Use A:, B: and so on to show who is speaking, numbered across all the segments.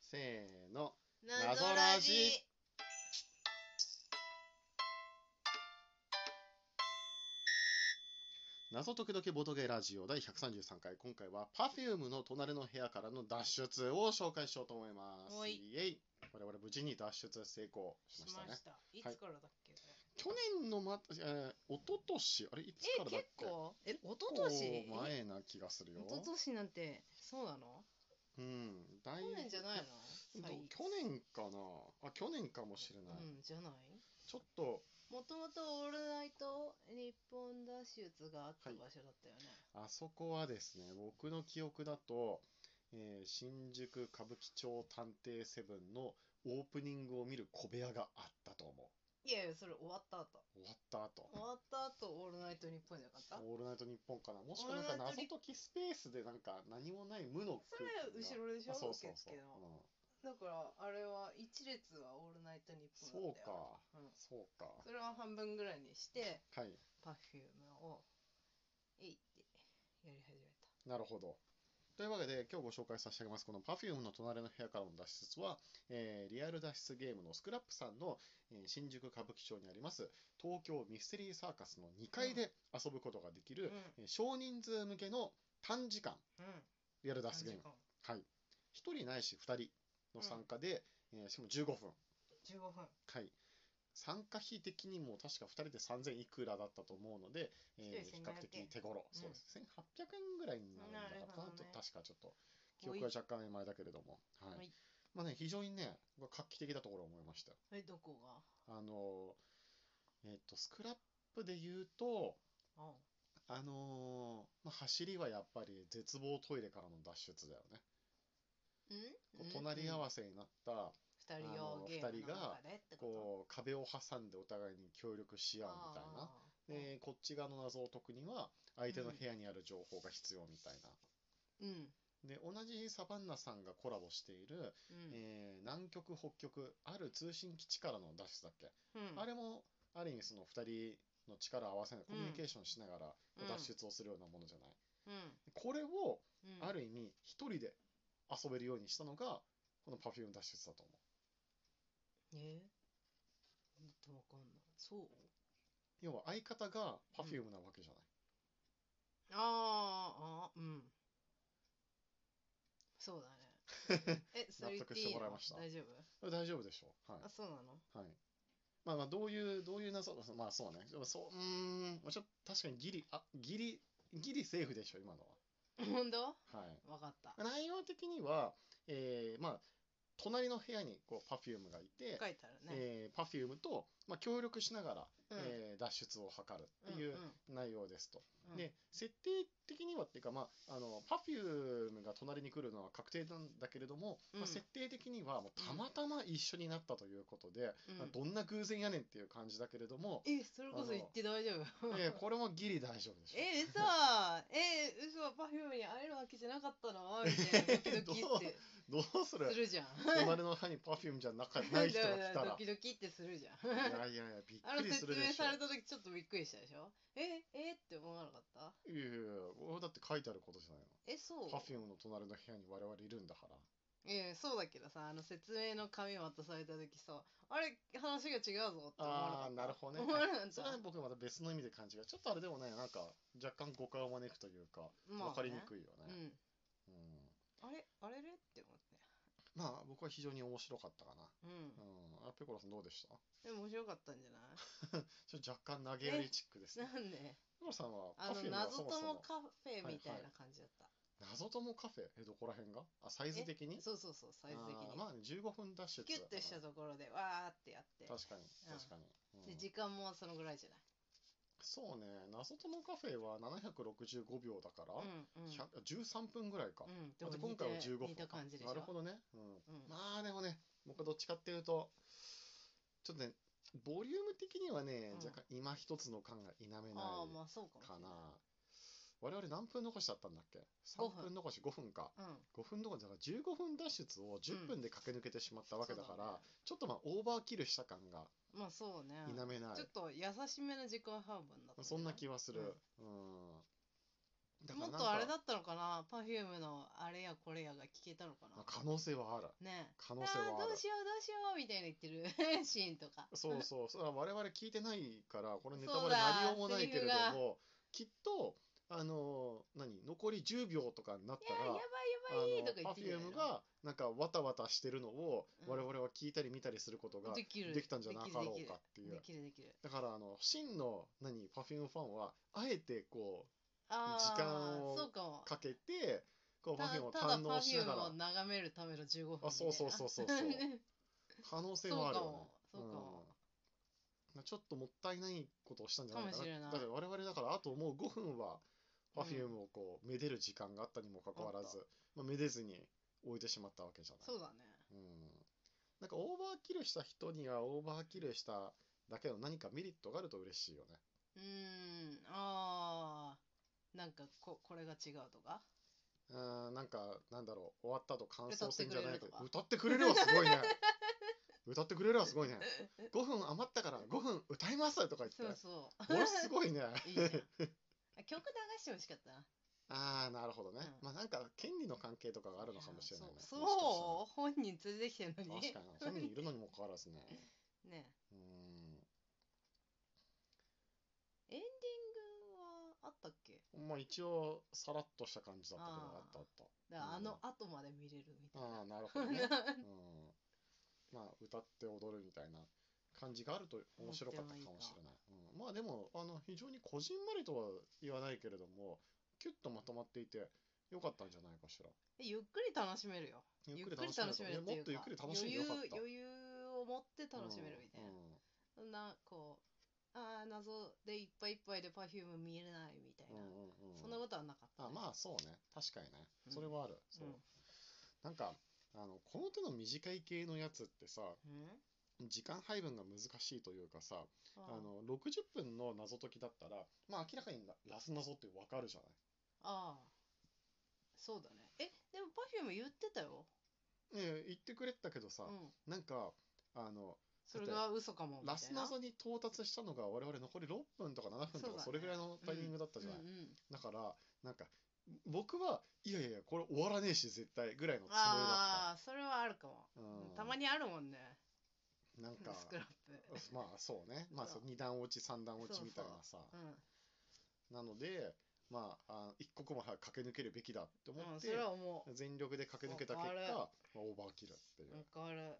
A: せーの。
B: 謎
A: 謎
B: ラ
A: ラ
B: ジ
A: ジ謎解きどきボトゲラジオ第133回。今回は Perfume の隣の部屋からの脱出を紹介しようと思います。
B: はい
A: イエイ我々無事に脱出成功し
B: し
A: ま
B: ま
A: したね。
B: した。いつからだっけ、こ
A: 去年のま、えー、一昨年あれいつからだっけ
B: れえ、結構え、一昨年
A: 結構前な気がするよ
B: 一。昨年なんて、そうなの
A: うん。だい
B: 去年じゃないの
A: うんと
B: 最
A: 去年かなあ、去年かもしれない。
B: うん、じゃない
A: ちょっと、
B: もともとオールナイト日本脱出があった場所だったよね。
A: あそこはですね、僕の記憶だと、えー新宿歌舞伎町探偵セブンのオープニングを見る小部屋があったと思う。
B: い、やいや、それ終わった後。
A: 終わった後。
B: 終わった後、オールナイト日本じゃなかった
A: オールナイトニッポンかな。もしくはなん
B: オー
A: か
B: ルナイ
A: 謎
B: トニ
A: 解きスペースでなんか何もない無の
B: それ
A: が
B: 後ろでしょ
A: あそうそうそう。
B: 受付の
A: うん
B: だから、あれは一列はオールナイト日本
A: そう
B: だったよ。
A: か。
B: うん
A: そうか。
B: それは半分ぐらいにして、
A: はい。
B: パフュームを、えいって、やり始めた。
A: なるほど。というわけで、今日ご紹介させてあげます、この Perfume の隣の部屋からの脱出は、えーリアル脱出ゲームのスクラップさんの、えー新宿歌舞伎町にあります、東京ミステリーサーカスの2階で遊ぶことができる、
B: う
A: えー少人数向けの短時間、
B: ん。うん。
A: リアル脱出ゲーム。はい。1人ないし2人の参加で、えーしかも15分。
B: 15分。
A: はい。参加費的にも確か2人で3000いくらだったと思うので、えー
B: 一
A: 比
B: 人1500
A: 較的手頃、
B: うん
A: そうです1800円ぐらいになるんだ
B: なる
A: か
B: ほ
A: ら
B: どね
A: と確かちょっと記憶が若干曖昧だけれども、はい
B: はい
A: まあね、非常にね僕は画期的だところを思いました
B: え、どこが
A: あのーえっ、とスクラップで言うと
B: あ
A: あのーまあ、走りはやっぱり絶望トイレからの脱出だよね、こう隣り合
B: わ
A: わせになった
B: 二人
A: あの
B: 用ゲームの中でって
A: こ
B: こ
A: う壁を挟んでお互いに協力し
B: と
A: 合うみたいな
B: あー
A: で、こっち側の謎を解くには、相手の部屋にある情報が必要みたいな。
B: うんうん
A: で、同じサバンナさんがコラボしている、えー南極、北極、ある通信基地からの脱出だっけ、
B: うん
A: あれも、ある意味その2人の力を合わせない、コミュニケーションしながら
B: うん
A: 脱出をするようなものじゃない。
B: うん
A: これを、
B: うん
A: ある意味、一人で遊べるようにしたのが、この Perfume 脱出だと思う。
B: えもっとわかんないそう
A: 要は、相方が Perfume なわけじゃない。
B: あーあーうんそう だねえそれ言っていい
A: 納得してもらい
B: の
A: ました
B: 大丈夫
A: 大丈夫でしょうはい
B: あ。そうなの
A: はい。まあまあ、どういう、どういう謎、まあそうね。でもそう、うーん、まあちょっと確かにギリ、あ、ギリ、ギリセーフでしょ、今の
B: 本当
A: は。はい。
B: わかった
A: 内容的には、えーまあ、隣の部屋にこう、パフュームがいて、
B: 書いてあるね
A: えー、パフュームと、まあ、協力しながら、
B: うん
A: えー脱出を図るっていう
B: うん
A: 内容ですと。
B: うん
A: で、設定的にはっていうか、まあ、あの、パフュームが隣に来るのは確定なんだけれども、
B: う
A: ま
B: ん
A: あ、設定的にはもうたまたま一緒になったということで、
B: うん、
A: まあどんな偶然やねんっていう感じだけれども
B: えそれこそ言って大丈夫
A: えーこれもギリ大丈夫でしょう。
B: え、嘘え、嘘パフュームに会えるわけじゃなかったのみたいな、ドキドキって
A: どうする
B: するじゃん。
A: 隣の歯にパフュームじゃなかない人が来
B: だ
A: た
B: から ド
A: ら。
B: キドキってするじゃん。
A: いやいやいや、びっ
B: あ
A: く
B: の
A: りす
B: 説
A: るで
B: 明
A: しょ
B: された時ちょっとびっくりしたでしょえ、えって思わなかった
A: う。いやいやいや、俺だって書いてあることじゃない
B: え、そう
A: の。パフュームの隣の部屋に我々いるんだから。
B: え、そうだけどさ、あの説明の紙渡された時さ、あれ、話が違うぞって思わなかった
A: あ。ーなるほどね
B: 思わなかった
A: それは僕また別の意味で感じが、ちょっとあれでもね、なんか若干誤解を招くというか、
B: まあね
A: わかりにくいよ
B: う
A: ね。
B: ん。
A: うん
B: あれ、あれれって思って。
A: まあ僕は非常に面白かったかな。
B: うん
A: う。ん。あ、ペコラさんどうでした
B: でも面白かったんじゃない
A: ちょっと若干投げやりチックですね。
B: なんで
A: ペコラさんはパ
B: あ
A: フュ
B: の、
A: ームはそ
B: 謎
A: もそ
B: とも
A: も。
B: カフェみた
A: はい
B: い
A: は
B: ない感じだった。
A: 謎ともカフェえ、どこら辺があ、サイズ的に
B: そうそうそう、サイズ的
A: あー
B: に。
A: まあね、15分ダッシュ
B: キュッとした
A: と
B: ところでわーってやって
A: 確かに、確かに。うん
B: で時間もそのぐらいじゃない
A: そうね、謎ともカフェは765秒だから、
B: うんうん
A: 100 13分ぐらいか。
B: うん
A: あと
B: でも
A: 今回は
B: 似て
A: 15分
B: 似た感じでしょ
A: なるほどね、うん
B: うん
A: まあでもね僕はどっちかっていうとちょっとねボリューム的にはね、
B: うん
A: 若干今一つの感が否めない
B: ああまあそうかもし
A: か
B: れ
A: な
B: ない
A: 我々何分残しだったんだっけ
B: 五
A: 3
B: 分
A: 分残し5分か
B: うん
A: 5分残しだから15分脱出を10分で駆け抜けてしまったわけだか
B: そう
A: ら、
B: ね
A: ちょっとまあオーバーキルした感が
B: まあそうね
A: 否めない
B: ちょっと優しめの時間半分だった
A: そんな
B: が
A: 気はする、うんだから
B: も
A: な
B: っ
A: んか
B: とあれだったのかな Perfume のあれやこれやが聞けたのか
A: まあ
B: な
A: 可能性はある。
B: ねえ
A: 可能性はある
B: あーどうしようどうしようみたいな言ってる シーンとか
A: そうそう、それは我々聞いてないから、これネタ
B: そ
A: バ
B: う
A: レ
B: だ
A: なりようもないけれど
B: セリフ
A: も、きっと、あのー何、残り10秒とかになっ
B: い
A: た
B: や
A: ら、
B: やばいやばいとか言
A: パ
B: っ
A: フ
B: て
A: ュームがなんかわたわたしてるのを
B: うん
A: 我々は聞いたり見たりすることが
B: できる
A: できたんじゃなかろ
B: でき
A: う
B: る
A: かっていう
B: できるできる
A: だからあの真の何パフュームファンはあえてこ
B: ああ
A: 時間を
B: そうかも
A: うかけてこうパ
B: た
A: フュームを
B: ただ
A: 堪能しなが
B: Perfume
A: ら
B: を眺めるための15分みたいな
A: あそうそうそうそうそう可能性はあるよね
B: そうかもそうかも
A: うんなちょっともったいないことをしたんじゃないかな
B: かもしれない
A: だから我々だからあともう5分は
B: うん
A: パフュームをこうめでる時間があったにもかかわらず
B: あっ、
A: まあ、めでずに置いてしまったわけじゃない
B: そうだね
A: うんなんかオーバーキルした人にはオーバーキルしただけの何かメリットがあると嬉しいよね。
B: うーんああなんかここれが違うとか
A: うん、なんか、なんだろう、終わった後感想戦じゃないけど、歌
B: 歌
A: ってくれるはすごいね。歌ってくれるはすごい ね。5分余ったから5分歌いますとか言って
B: そ、うそ
A: これすごいね。
B: う いいじゃんあ曲流してほしかったな
A: ああ、なるほどね。
B: うん
A: まあなんか、権利の関係とかがあるのかもしれないね。
B: そう
A: もしかしたら
B: そう本人連れてきてるのに
A: 確かに、本人いるのにもかかわらずね。
B: ね
A: うん。
B: エンディングはあったっけ
A: まあ一応、さらっとした感じだったけど、
B: あー
A: あったあった。
B: だからあ
A: うん
B: の後まで見れるみたい
A: あ
B: な
A: あ、なるほどね。うん、まあ歌って踊るみたいな感じがあると面白かったかもしれない。うん、まあでもあの非常にこじんまりとは言わないけれどもキュッとまとまっていてよかったんじゃないかしら。
B: えゆっくり楽しめるよゆっくり楽しめるって
A: も
B: い
A: っ
B: う
A: と
B: か
A: ゆっくり楽しんでよかった。
B: 余裕余裕を持って楽しめるみたいな、
A: うんうん
B: そんなこうあー謎でいっぱいいっぱいで Perfume 見えないみたいな、
A: うんうんうん
B: そんなことはなかった、
A: あまあそうね確かにね
B: うん
A: それはある、そう
B: うん
A: なんかあのこの手の短い系のやつってさ
B: うん
A: 時間配分が難しいというかさ
B: あ
A: あの60分の謎解きだったら、まあ、明らかにララス謎って分かるじゃ
B: あーそうだねえでも Perfume 言ってたよ、
A: ない、ねえ、言ってくれてたけどさ
B: う、ん、
A: なんかあの
B: それが嘘かもみたいな
A: ラス謎に到達したのが我々残り6分とか7分
B: そ
A: と
B: うだ
A: か
B: ね
A: それぐらいのタイミングだったじゃない、
B: うんうん、
A: だからなんか僕はいやいやいやこれ終わらねえし絶対ぐらいのつもりだっ
B: ああそれはあるかも、
A: た、うん、
B: たまにあるもんね
A: なんか
B: スクラップ
A: まあそうねまあ
B: そう
A: 2段落ち3段落ちみたいなさ
B: う
A: なのでまああ一刻も早く駆け抜けるべきだって思
B: ん、うん、
A: っ
B: そ
A: て、
B: れは思
A: 全力で駆け抜けた
B: わ
A: 結果、
B: かる
A: まあ、オーバーキルっていうう。うん
B: わかるわ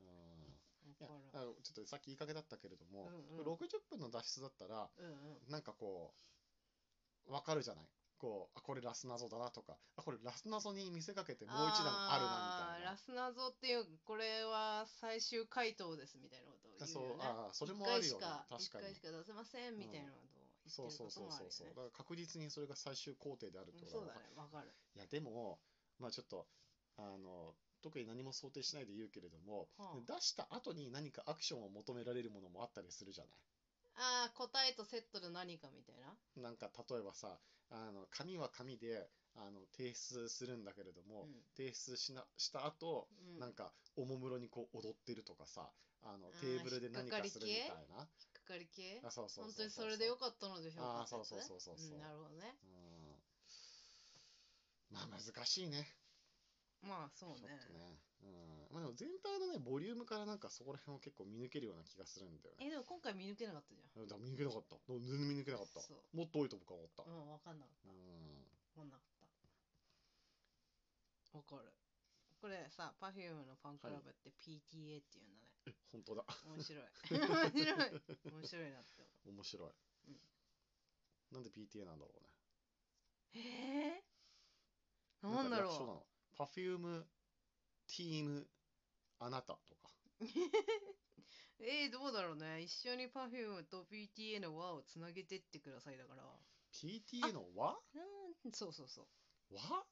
A: いや
B: か
A: あ
B: る
A: のちょっとさっき言いかけだったけれども、
B: うんうん
A: これ60分の脱出だったら
B: うんうん
A: なんかこうわかるじゃないこうあこれラス謎だなとかあこれラス謎に見せかけてもう一段あるなみたい
B: あーラスナゾっていうこれは最終回答ですみたいなことを
A: な
B: 言
A: そう
B: うよね
A: あーそれもあるよ
B: 一
A: ね
B: 回し
A: 確か
B: か一回
A: に
B: しか出せませんみたいなことを言
A: そう
B: ってる
A: そう
B: こと
A: そう
B: も
A: そうそうだか
B: あるよね
A: ら確実にそれが最終工程であるって
B: うん
A: こと
B: そう
A: が
B: だねわかる
A: いやでもまあちょっとあの特に何も想定しないで言うけれども、
B: はあ
A: 出した後に何かアクションを求められるものもあったりするじゃない
B: あー答えとセットで何かみたいな
A: なんか例えばさあの紙は紙であの提出するんだけれども、提出しなした後
B: うん
A: なん
B: か
A: かおもむろにこう踊ってるとかさあの
B: あー
A: テーブルで何かするみたい
B: 引っ
A: な
B: 引っかかり系
A: あそうそう
B: 本
A: そう
B: 当
A: う
B: にそれでよかったのでしょうか
A: あー
B: ってやつ
A: そうそうそうそうそうん
B: なるほどね
A: うんまあ難しいね
B: まあそうね
A: ちょっとね、うん、まあでも全体のねボリュームからなんかそこら辺を結構見抜けるような気がするんだよね
B: えでも今回見抜けなかったじゃ
A: だ
B: ん
A: から見抜けなかった全然見抜けなかった
B: そう
A: もっと多いと僕は思った
B: うん、わかんなかった。
A: うん
B: わかんなかった。わかる。これさ、Perfume のファンクラブって PTA っていうんだね。
A: 本当だ
B: 面白い。面白い。面白いなって
A: 面白い、
B: うん
A: なんで PTA なんだろうね
B: 思う。えー、なんだ
A: 略称な
B: ろ
A: のパフューム、ティーム、あなたとか。
B: う。えー、どうだろうね。一緒に Perfume と PTA の輪をつなげてってくださいだから。
A: PTA の和
B: うん、そうそうそ
A: 和
B: う。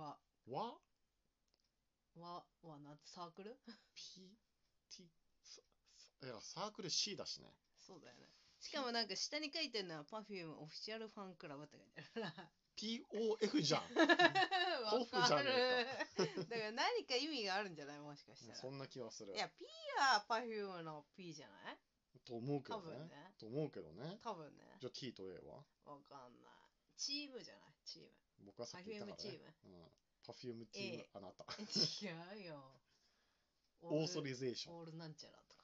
B: 輪。
A: 和
B: 輪はなんてサークル
A: ?P、T、ささいや、サークル C だしね。
B: そうだよね。しかもなんか下に書いてるのは Perfume オフィシャルファンクラブって書いてあるから。
A: POF じゃん。
B: わ
A: ホフじゃ
B: か
A: ね
B: る。だから何か意味があるんじゃないもしかした
A: そ
B: ら。
A: んな気はする
B: い。や、P は Perfume の P じゃない
A: と思うけ
B: 多
A: ど
B: 分ね
A: ね。。と思うけどね。
B: 多分ね。
A: じゃあ T と A は
B: わかんない。チームじゃないチーム。
A: 僕はさっき言ったから
B: チー
A: ね。
B: ム。
A: うん、パフュームチーム
B: ええ
A: あなた。
B: 違うよ。
A: オーソリゼーション。
B: オールなんちゃらとか。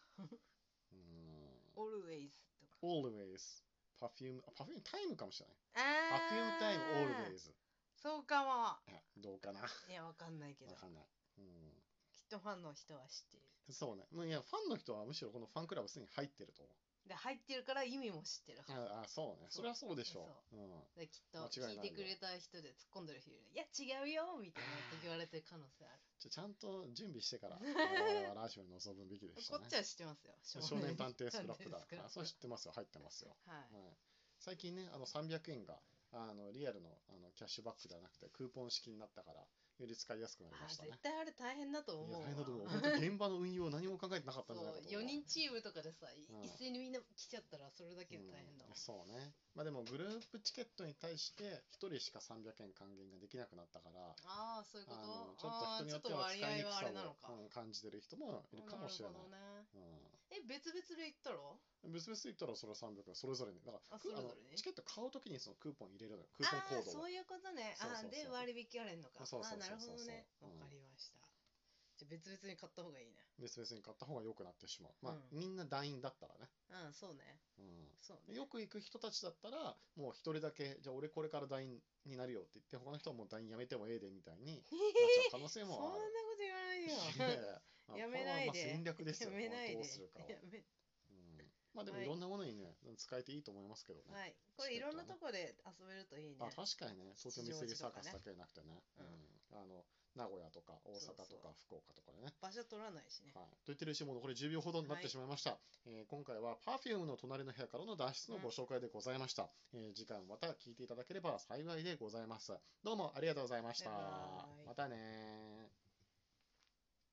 A: うん、
B: オールウェイズとか。
A: always。パフューム、あパフュームタイムかもしれない。パフュームタイム
B: あー、
A: always。
B: そうかも。
A: いやどうかな。わ
B: いや、わかんないけど。
A: かんない。うん、
B: きっとファンの人は知ってる。
A: そうね。もういや、ファンの人はむしろこのファンクラブすでに入ってると思う。
B: で、入ってるから意味も知ってるはず。だか
A: ああ、そうね。それはそうでしょう。うん。
B: らきっと
A: 間違
B: 聞
A: い
B: い
A: ない
B: て
A: ね
B: くれた人で突っ込んでる人いる。いや、違うよみたいなこと言われてる可能性ある。
A: ちょちゃんと準備 してから、あのラジオに臨むべきでした
B: こ
A: ね
B: っち。は知ってますよ。
A: 少年探偵スクラップだ
B: 探偵スクラップ
A: あ それ知ってますよ。入ってますよ。
B: はい。
A: はい、最近ね、あの300円があのリアルのあのキャッシュバックではなくてクーポン式になったから、より使いやすくなりま
B: あ
A: した
B: 絶
A: ね。
B: 対あれ大変だと
A: い
B: 思
A: や
B: うわ。
A: 大変だと思う。 本当現場の運用を何も考えてなかったんじゃないかと思う。
B: 4人チームとかでさ、い
A: うん
B: 一斉にみんな来ちゃったらそれだけで大変だ
A: う
B: も
A: ん
B: ん。
A: そうね。まあでもグループチケットに対して1人しか300円還元ができなくなったから、
B: ああ、そういうこ
A: あ
B: と
A: のちょっと
B: ああ
A: 人
B: ー
A: に
B: ち
A: よ
B: ょ
A: っ
B: っと
A: ては
B: 割
A: 使いに
B: 合
A: く
B: はあ
A: さ
B: れなのか
A: を。うん感じてる人もいるかもしれない
B: な。るほどね。
A: う
B: え、別々で行ったら
A: ん、別々で言ったらそれは300円、それぞれね。だから
B: あそれぞれね
A: あのチケット買うときにそのクーポン入れるのよ、クーポンコ
B: あ
A: ー
B: あー、
A: ドを
B: そう。いうことね。
A: そうそう
B: あ
A: そう
B: あ、で割引あれんのか。あ
A: そうそうそうそう
B: ーなるほどね。
A: う
B: わ
A: ん
B: かりました。じゃあ別々に買った方がいいね。
A: 別々に買った方が良くなってしまう。まあ、
B: う
A: みんな団員だったらね。
B: うん、そうね。
A: う、
B: そうんね。
A: よく行く人たちだったら、もう一人だけ、じゃあ俺これから団員になるよって言って、他の人はもう団員やめてもええでみたいになっちゃう可能性
B: そんな
A: も
B: こ
A: ある。
B: と言わない
A: い
B: よ。
A: やいやまあ
B: やめな
A: これはま
B: いで
A: あ戦略です
B: や
A: よ、
B: めない
A: ど
B: で。
A: うするかは。
B: やめ
A: うん、まあでも
B: はい
A: いろんなものにね、使えていいと思いますけどね。
B: はい。これいろんなとこで遊べるといいね。
A: あ確かにね、東京ミステリーサーカスだ
B: 吉祥寺とかね
A: けじゃなくてね、
B: うん
A: うんあの名古屋とか大
B: そう
A: 阪とか福岡とかでね。
B: 場所取らないしね。
A: はい、と言ってるうちにもう残り10秒ほどになっ
B: は
A: て
B: い
A: しまいました。えー今回は Perfume の隣の部屋からの脱出のご紹介でございました。えー時間また聞いていただければ幸いでございます。どうもありがとうございました。
B: バイバイ
A: またねー